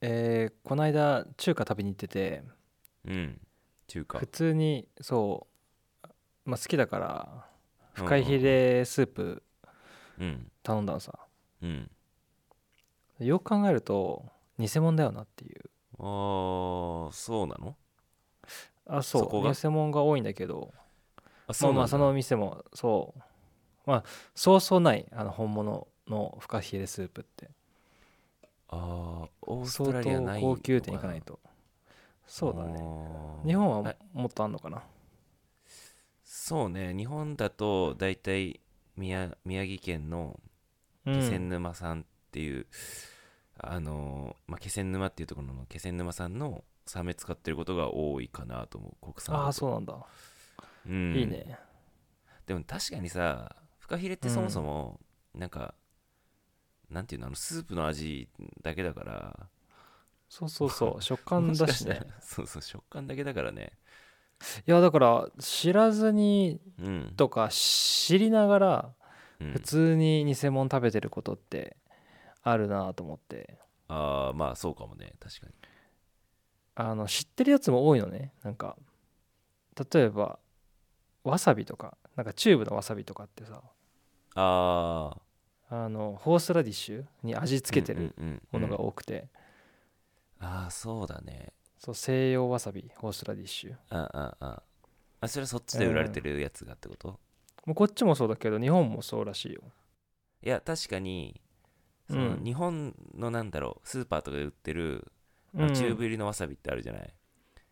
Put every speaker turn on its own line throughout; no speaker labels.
えーこの間中華食べに行ってて
うん中華
普通にそう、まあ、好きだから
うん
フカヒレスープ
うん
頼んだのさ
うん
よく考えると偽物だよなっていう
あーそうなの
あそう
そこが
偽物が多いんだけど
あ
ま
そ
あ
う
ま
な
あ
んだ
その店もそうまあそうそうないあの本物のフカヒレスープって
あーオースト
相
ラリア
当
ない
高級店行かないとそうだね
ね
日本は
はい
もっとあんのかな
そうね日本だと大体宮宮城県の
うん
気仙沼さんっていう、あのーまあ、気仙沼っていうところの気仙沼さんのサメ使ってることが多いかなと思う国産だと
ああそうなんだ
うん
いいね
でも確かにさフカヒレってそもそもなんか、なんていうのあのスープの味だけだから
そうそうそう食感
もし
だ
か
した
ら
ね
そうそう食感だけだからね
いやだから知らずに
うん、
とか知りながら
うん
普通に偽物食べてることってあるなと思って
ああまあそうかもね確かに
あの知ってるやつも多いのねなんか例えばわさびとかなんかチューブのわさびとかってさ
ああ
あのホースラディッシュに味付けてるものが多くて、
ああそうだね
そう西洋わさびホースラディッシュ
ああああそれはそっちで売られてるやつがってこと、
もうこっちもそうだけど日本もそうらしいよ
いや確かにその
うん
日本のなんだろうスーパーとかで売ってるあ
う
の
ん
チューブ入りのわさびってあるじゃない、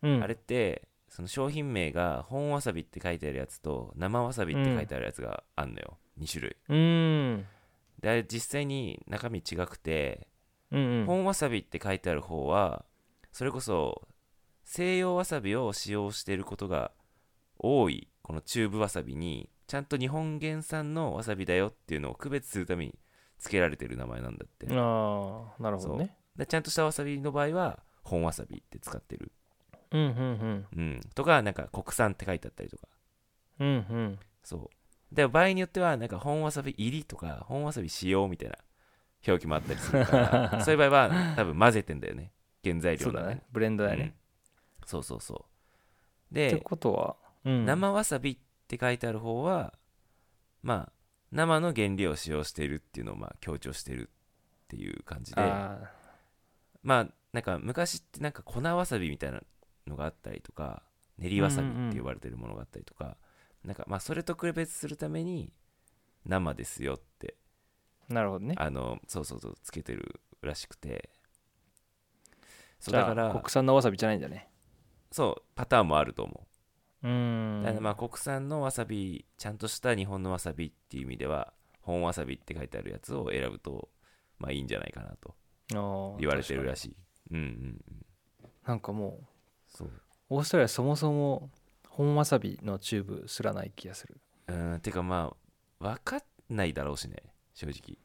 うん
あれってその商品名が本わさびって書いてあるやつと生わさびって書いてあるやつがあんのよ、2種類
うん
であれ実際に中身違くて、
うんうん
本わさびって書いてある方はそれこそ西洋わさびを使用していることが多いこのチューブわさびにちゃんと日本原産のわさびだよっていうのを区別するために付けられてる名前なんだって、
ああなるほどね
でちゃんとしたわさびの場合は本わさびって使ってる、
うんうん
うん、とかなんか国産って書いてあったりとか
うんうんうん
そうで場合によってはなんか本わさび入りとか本わさび使用みたいな表記もあったりするか らそういう場合は多分混ぜてんだよね原材料
そう
の
だ
中に
ねブレンドだね、
うんそうそうそう
って
で
ことは、うん
生わさびって書いてある方はまあ生の原料を使用しているっていうのをまあ強調してるっていう感じで
あー
まあなんか昔ってなんか粉わさびみたいなのがあったりとか練りわさび
うんうんうん
って呼ばれてるものがあったりとか、なんかまあそれと区別するために生ですよって
なるほどね
あのそうそうそうつけてるらしくてそう
じゃ
だ
あ
から
国産のわさびじゃないんだね
そうパターンもあると思う
うーん
だからまあ国産のわさびちゃんとした日本のわさびっていう意味では本わさびって書いてあるやつを選ぶとまあいいんじゃないかなと言われてるら
い
しいうんうんうん
なんかもう
そう
オーストラリアそもそも本わさびのチューブすらない気がする
うんてかまあ分かんないだろうしね正直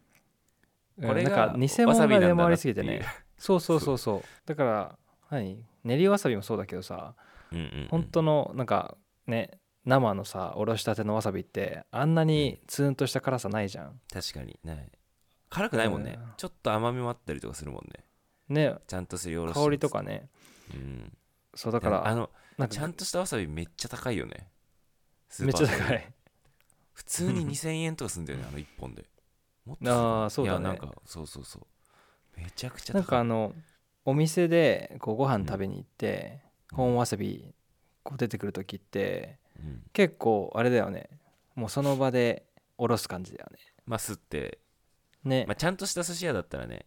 こ
こ
れ
れ
が
が
偽物が出回りすぎて
わ
ね
さ
そうそうそうそうだから何練りわさびもそうだけどさ
うんうんうん
本当のなんかね生のさおろしたてのわさびってあんなにツーンとした辛さないじゃん
確かにない辛くないもんね
うん
ちょっと甘みもあったりとかするもんね
ね
ちゃんとすりおろし
香りとかね
うん
そうだ
だか
から
あ
ら
の
なん
ちゃ
か
んとしたわさびめっちゃ高いよねス
めっ
ーパ
ちゃ
ー
高い
普 通に2000円とかすんだよねあの1本でもっとする
あーそうだね
いやなんかそうそうそうめちゃくちゃ高
な
い
んかあのお店でこうご飯食べに行って、
うん
本わさびこう出てくる時って
うん
結構あれだよねもうその場でおろす感じだよ
まあすって、
ねね、
まあ、ちゃんとした寿司屋だったらね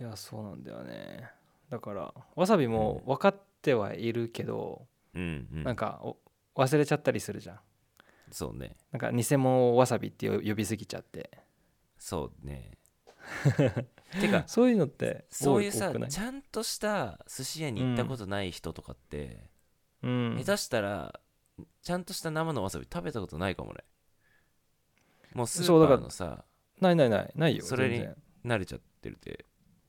いやそうなんだよねだからわさびも分かってはいるけど、
うんうん
なんかお忘れちゃったりするじゃん
そうね
なんか偽物をわさびって呼呼びすぎちゃって
そうねてか
そういうのって
そういう
多
さ
多くない
ちゃんとした寿司屋に行ったことない人とかって、
うん
下手したらちゃんとした生のわさび食べたことないかもねもうスー
そうだか
パ
ら
ーのさ
ないないないないよ
それに
全然
慣れちゃってるて、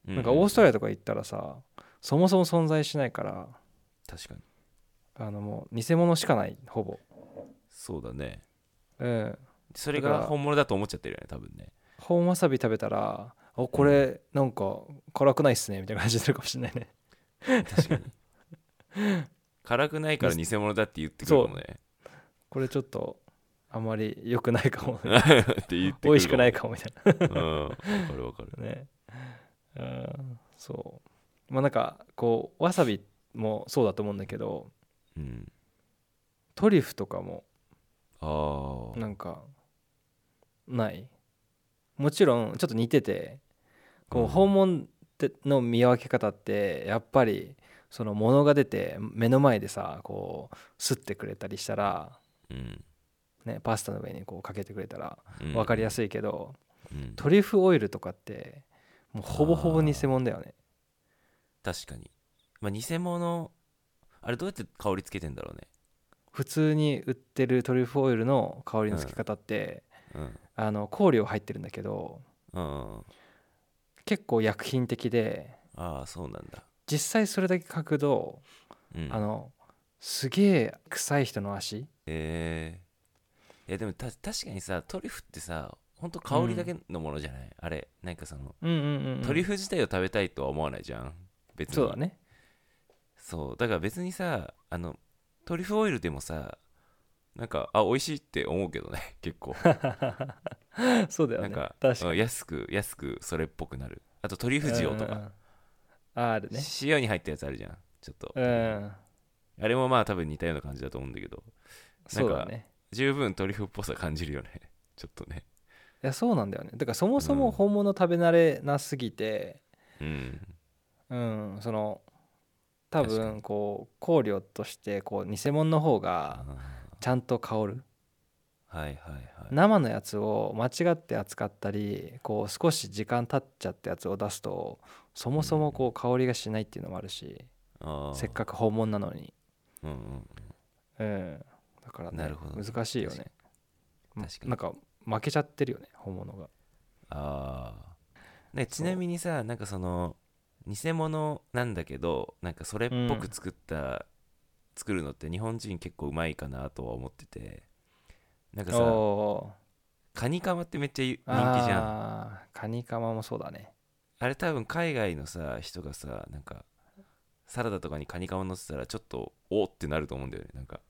う
なんかオースト
ラ
ラリアとか行ったらさそもそも存在しないから
リア確かに
あのもう偽物しかないほぼ、
そうだね
うん、
それ
だから
が本物だと思っちゃってるよね多分ね
本わさび食べたらあこれなんか辛くないっすねみたいな感じになるかもしれないね
確かに辛くないから偽物だって言ってくるかもね
これちょっとあまり良くないかも
って言ってくる
美味しくない
か
かもみたい
もうんわかるわかる
なねうんそうまあなんかこうわさびもそうだと思うんだけど
うん
トリュフとかも
あー
なんかないもちろんちょっと似ててこ
う
うん訪問っての見分け方ってやっぱりその物が出て目の前でさこうすってくれたりしたら、
うん
ね、パスタの上にこうかけてくれたら
うん
分かりやすいけど、
うん
トリュフオイルとかってもうほぼほぼ偽物だよね
確かにまあ偽物あれどうやって香りつけてんだろうね
普通に売ってるトリュフオイルの香りのつけ方って、
うん
あの香料入ってるんだけど
うんうん
結構薬品的で
ああそうなんだ
実際それだけ書くと
うん
あのすげえ臭い人の足
えー、いやでもた確かにさトリュフってさほんと香りだけのものじゃない、あれなんかその
うんうんうん
トリュフ自体を食べたいとは思わないじゃん別に
そうだね
そうだから別にさあのトリュフオイルでもさなんかあ美味しいって思うけどね 結構
そうだよ
な
ね
んか
確か
うん安く安くそれっぽくなるあとトリュ
に
フ塩
うんうん
と
う
か
んああるね
塩に入ったやつあるじゃんちょっと、
うん
あれもまあ多分似たような感じだと思うんだけど
そうだね
十分トリュフっぽさ感じるよね ちょっとね
いやそうなんだよねだからそもそうも
ん
本物食べ慣れなすぎて
うん
うんその多
確か
分
に
こう香料としてこう偽物の方がちゃんと香る
はいはいはい
生のやつを間違って扱ったりこう少し時間経っちゃったやつを出すとそもそもこう香りがしないっていうのもあるし、
あー
せっかく訪問なのに、
うんうん
うん、だから、ね、
なるほど
難しいよね
に確かに
なんか負けちゃってるよね本物が
ああ、ね、ちなみにさなんかその偽物なんだけどなんかそれっぽ
う
く
ん
作った、作るのって日本人結構うまいかなとは思っててなんかさ
お
カニカマってめっち
ー
ゃ人気じゃんあ
あーカニカマもそうだね
れ多分海外のさ人がさなんかサラダとかにカニカマ乗ってたらちょっとおーってなると思うんだよねなんか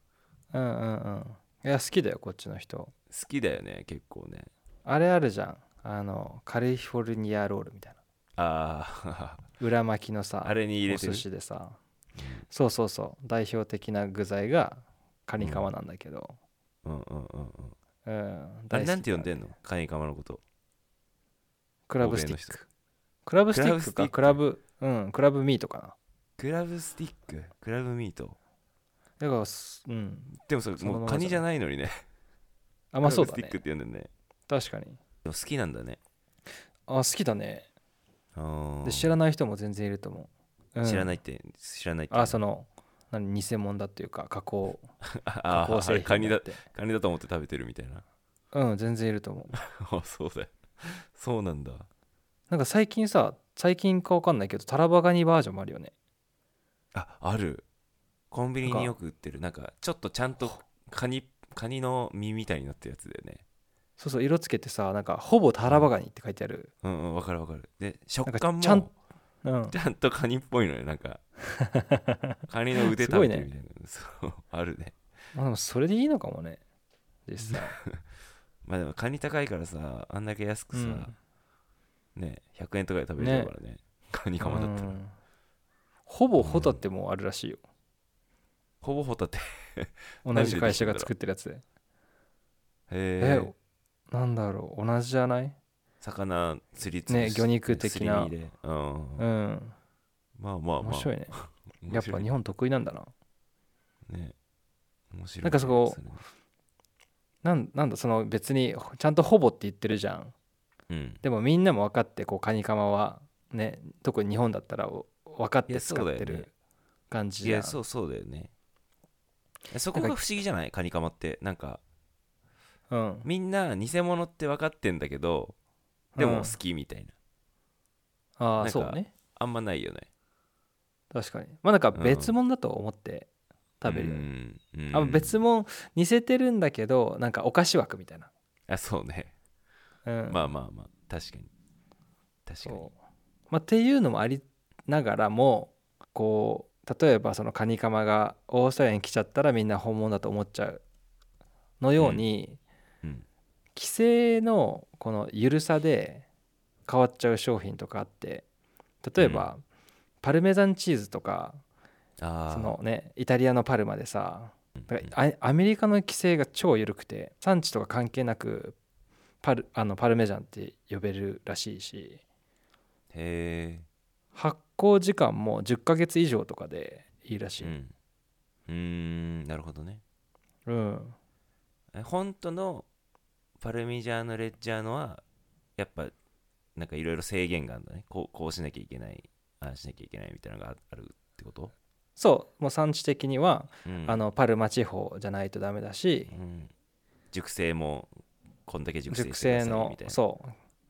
うんうんうんいや好きだよこっちの人
好きだよね結構ね
あれあるじゃんあのカリフォルニアロールみたいな
あ
裏巻きの
あ
さ
あれに入れ
お
て
寿
る
司でさそうそうそう代表的な具材がカニカマなんだけど、
うんうんうんう
う
ん
ん
あ
大好
れ
き
なんて呼んで
だ
んのカニカマのこと
クラブスティッ
欧米の
ククラブスティ
ク
ッ
ラブ
ク
スティ
か
ック
クラブうんクラブミートかな
クラブスティッククラブミート
だからすうん
でもそれ
そのま
もう
ま
カニ
じ
じ
ゃ
ゃないのにね
あまあ
ク
そ
ラ
う
ブ
だね
スティックって呼んでんね
確かに
でも好きなんだね
あ好きだね
あ
で
ー
知らない人も全然いると思う、うん
知らないって知らないって
あその何偽物だっていうか加工加
あ
工
ーあ
製
れカ
品
ニ
だっ
だ
て
カニだと思って食べてるみたいな
うん全然いると思う
あそうだよそうなんだ
なんか最近さ最近かわかんないけどタラバガニバージョンもあるよね
ああるコンビニによく売ってるなんかちょっとちゃんとカニカニの身みたいになったやつだよね
そうそう色つけてさなんかほぼタラバガニって書いてある
うんうんわかるわかるで食
なんか
感も
ち
ち
ゃ
ゃ
ん
ん
うん
とカニっぽいのよな んかカニの腕
すご
食
いね
べてるみたいなそうあるね
まあでもそれでいいのかもね 実際
まあでもカニ高いからさあんだけ安くさ、
うん
ね100円とかで食べれちゃうからねカニカマだったら、
うんほぼホタテもあるらしいよ、
ほぼホタテへ
同じ会社が作ってるやつでえ
え
なんだろう同じじゃない
魚釣りつ
ね魚肉的な
すり身でうん
うん
まあまあまあ
面白いねや
面
っぱ
白い
日本得意なんだな
ね面白い
なんかそこ
れ
なんなんだその別にちゃんとほぼって言ってるじゃん
うん
でもみんなも分かってこうカニカマはね特に日本だったらお分かっ
い
て
や
使
そ
っ
うだよ
て
ね
る感じ
い
じゃん
やそうそうだよねえそこが不思議じゃないカニカマってなんか
うん
みんな偽物って分かってんだけどで
うん
も好きみたいな、
あ
なん
あ
か
そうね
あんまないよね
確かにまあなんか別物だと思って食べるよね、
うん、うん
あ別物似せてるんだけどなんかお菓子枠みたいな、
あそうね
うん
まあまあまあ確かに確確かに
そうまあ、っていうのもありながらもこう例えばそのカニカマがオーストラリアに来ちゃったらみんな本物だと思っちゃうのように、
うん
規制のこの緩さで変わっちゃう商品とかあって例えば、パルメザンチーズとか
ああ
そのねイタリアのパルマでさ
うん
だからあアメリカの規制が超緩くて産地とか関係なくパルあのパルメザンって呼べるらしいし
へ
発酵時間も10ヶ月以上とかでいいらし
え
い、
う
うん
んうーんなるほどねえ本当のパルミジャーノ・レッジャーノはやっぱなんかいろいろ制限があるんだねこうこうしなきゃいけないああしなきゃいけないみたいなのがああるってこと、
そうもう産地的には、
うん
あのパルマ地方じゃないとダメだし
うん熟成もこんだけ熟成して
熟
くだ
成
さい
の
みたいな
そ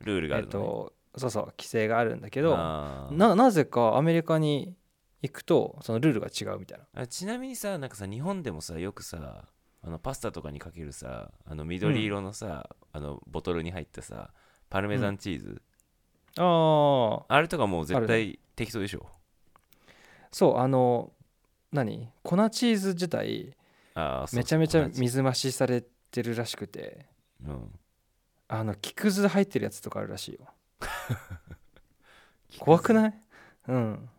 う
ルールがあ
えっ
るの、ね
とそうそう規制があるんだけ
け
どななぜかアメリカに行くとそのルールが違うみたいな
あちなみにさなんかさ日本でもさよくさあのパスタとかにかけるさあの緑色のさ、あのボトルに入ったさパルメザンチーズ、
ああ
あれとかもう絶
ある
対適当でしょ
そうあの何粉チーズ自体
ああそうそう
めちゃめちゃ
同じ
水増しされてるらしくて
うん、
あの木くず入ってるやつとかあるらしいよ怖く
い
ないうん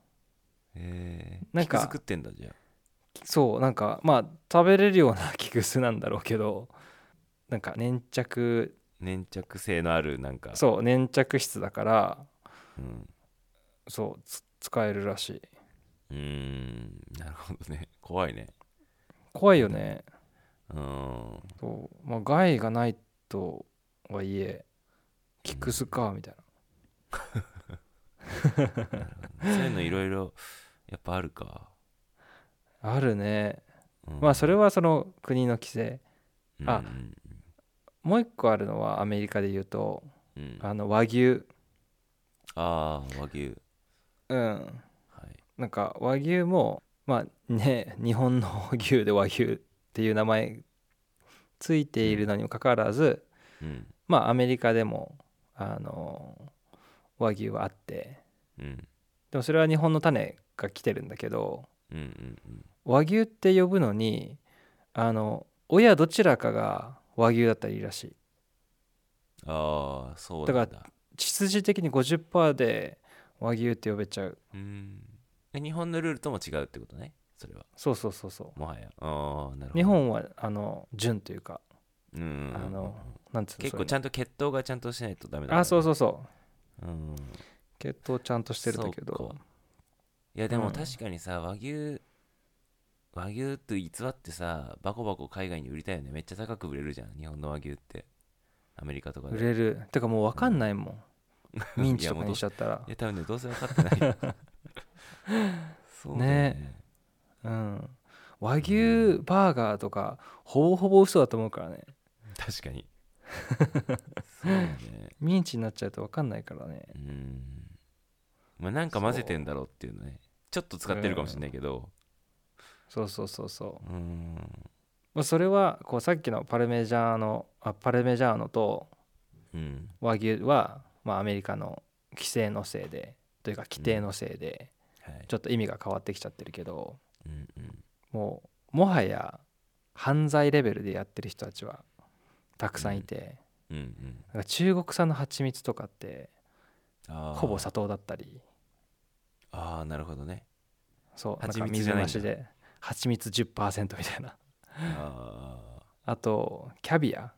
えー、
な
なんん
か
か作ってんだじゃ
そうなんかまあ食べれるような 木くずなんだろうけどなんか粘着
あ粘着性のあるなんか
そう粘着質だから
う、ん、
そうつ使えるらしいう
ーんなるほどね怖いね
怖いよね
うーん
そうまあ害がないとはいえ木くずかみたいな
そういうのいろいろやっぱあるか、
あるね
うん
まあそれはその国の規制あ
うん
もう一個あるのはアメリカで言うと
うんうん
あの和牛
ああ和牛
うん
はい
なんか和牛もまあね 日本の牛で和牛っていう名前ついているのにもかかわらず、
うん
まあアメリカでもあの和牛はあって
うん
でもそれは日本の種が来てるんだけど
うんうんうん
和牛って呼ぶのにあの親どちらかが和牛だったらいいらしい
ああそうなんだ
だ血筋的に50%で和牛って呼べちゃう
うんえ日本のルールとも違うってことねそれは
そうそうそうそう
もはやああなるほど
日本はあの純というか
うんうんうん
あのなんつうの
結構ち
ゃ
ゃんと血統がちゃんとしないとダメだ
あそう
う
そうそう
うん
血統ちゃんとしてるんだけ
そう
ど
かいやで
う
も
ん
確かにさ和牛和牛と偽ってさバコバコ海外に売りたいよねめっちゃ高く売れるじゃん日本の和牛ってアメリカとかで
売れるてかもう分かんないもん、ミンチとかにしちゃったら
いや多分ねどうせ分かってないよ そうだよね
うん和牛バーガーとかほぼほぼ嘘だと思うからね
確 かにそうだね
ミンチになっちゃうと分かんないからね
うんまあなんか混ぜてんだろうっていうのねちょっと使ってるかもしれないけど
そうそうそうそう
うん
まあそれはこうさっきのパルメジャーノあパルメジャーノと
うん
和牛は、まあ、アメリカの規制のせいでというか規定のせいで
はい
ちょっと意味が変わってきちゃってるけど
うんうん
もうもはや犯罪レベルでやってる人たちはたくさんいて、
うんうん
なんか中国産の蜂蜜とかって
あー
ほぼ砂糖だったり
ああなるほどね
そうなん
蜂
か
蜜
水
じゃないん
増
だ
しで蜂蜜10%みたいな
あ
あとキャビア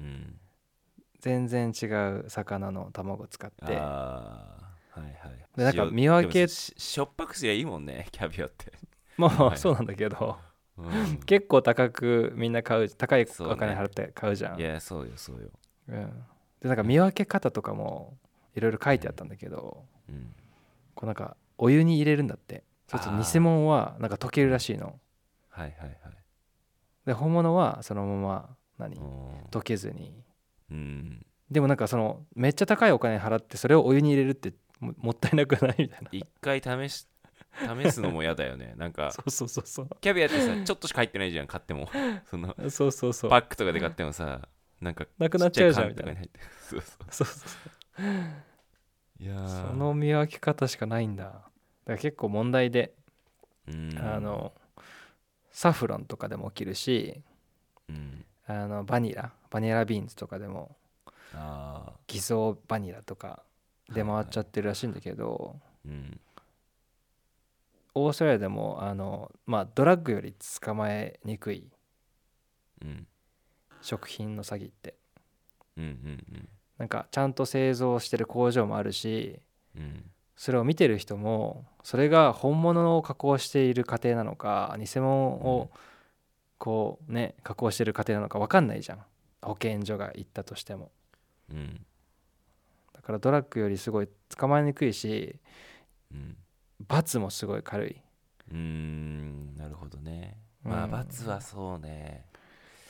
ーうん
全然違う魚の卵使って
あーはいはい
でなんか
塩
見分け
でもししょっぱくすりゃいいもんね キャビアって、
ま
は
あ
い
そうなんだけど
うん
結構高くみんな買う高いお
そうね
金払って買うじゃん
いやそうよそうよ、
うん、でなんか見分け方とかもいろいろ書いてあったんだけど
うん、
こうなんかお湯に入れるんだってそうする
あ
と
ー
偽物はなんか溶けるらしいの
はいはいはい
で本物はそのまま何
うん
溶けずに
うん
でもなんかそのめっちゃ高いお金払ってそれをお湯に入れるってももったいなくないみたいな
一回試し試すのも嫌だよねなん か
そうそうそうそう
キャビアってさちょっとしか入ってないじゃん買ってもその
そうそうそう
パックとかで買ってもさなんか
なくなっちゃうじゃん
ち
み
っ
たい な
ちゃい缶とかに入ってる
そ
そうそう
うそうそう
いやー
その見分け方しかないんだだから結構問題で、
うん
あのサフロンとかでも起きるし
うん
あのバニラバニラビーンズとかでも
あ
偽装バニラとか
ー
出
は
回
い
っちゃってるらしいんだけど、
はいうん
オーストラリアでもあの、まあ、ドラッグより捕まえにくい
うん
食品の詐欺って
うんうん
なんかちゃんと製造してる工場もあるし
うんうん
それを見てる人もそれが本物を加工している過程なのか偽物をこうね加工してる過程なのか分かんないじゃん保健所が行ったとしても
うん
だからドラッグよりすごい捕まえにくいし
うん
罰もすごい軽いだ
うんなるほどね
う
まあ
ん
罰はそうね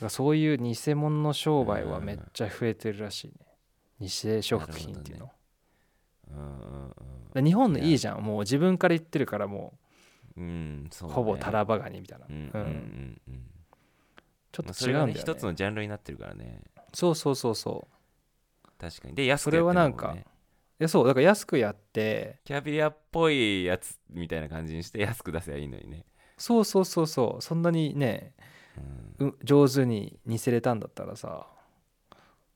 からそういう偽物の商売はめっちゃ増えてるらしいね偽食品っていうの、
なるほどねうんうん
だから日本の
いや
いいじゃんもう自分から言ってるからも
うんうんそううね
ほぼタラバガニみたいな、
うんうんう
うんん
うん
ちょ
まあ
っ
そ
と違
れ
うんだよね
がね一つのジャンルになってるからね
そうそうそうそう
確かにで安く
それはなん
やってるもね
いやそうだから安くやって
キャビアっぽいやつみたいな感じにして安く出せばいいのにね、
そうそうそうそうそんなにね
うん
う上手に似せれたんだったらさ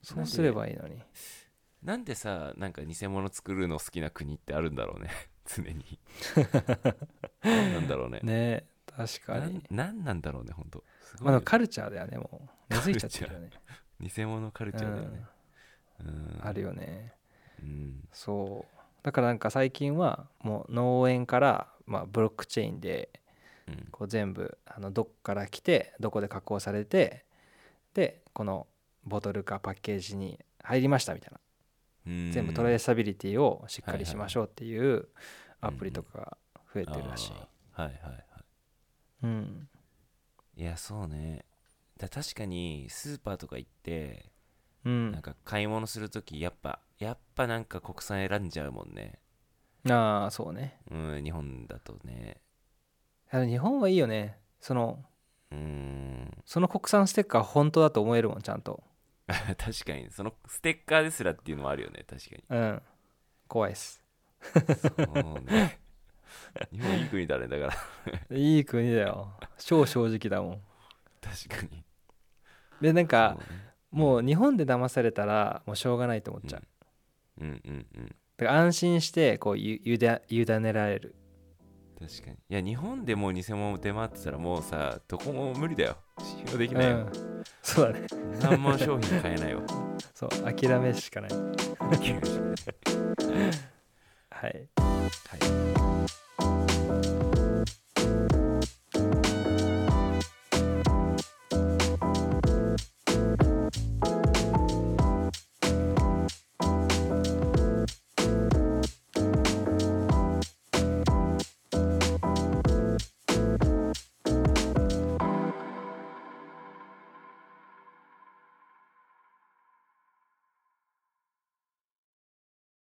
そうすればいいのに
なんでさなんか偽物作るの好きな国ってあるんだろうね 常になんなんだろうね
ね確か
なん
に
なんなんだろうね本当すご
まあでも
いよね
カルチャーだよねもう根付いちゃってるよね
偽物カルチャーだよね、うん
うんあるよね
うん
そうだからなんか最近はもう農園から、まあ、ブロックチェーンで
うん
こう全部あのどっから来てどこで加工されてでこのボトルかパッケージに入りましたみたいな
うん
全部トレーサビリティをしっかりしましょうっていうアプリとかが増えてるらしい。
あーはいはいは
うん、
いいやそうねだ確かにスーパーとか行って
う
なん
ん、
か買い物するときやっぱやっぱなんか国産選んじゃうもんね
ああそうね。
うん日本だとね
あの日本はいいよねその
うーん
その国産ステッカー本当だと思えるもんちゃんと。
確かにそのステッカーですらっていうのはあるよね確か
うん、怖いっす。
にそうね日本いい国だねだから
いい国だよ。超正直だもん。
確かに
でなんか
そうね
もう日本で騙されたらもうしょうがないと思っちゃう。
うんうんうん
だから安心してこうゆゆだ委ねられる。
確かにいや日本でもう偽物出回ってたらもうさどこも無理だよ信用できないよ、
うん、そうだね。
何も商品買 えないよ
そう諦めしかない。
はい
はい。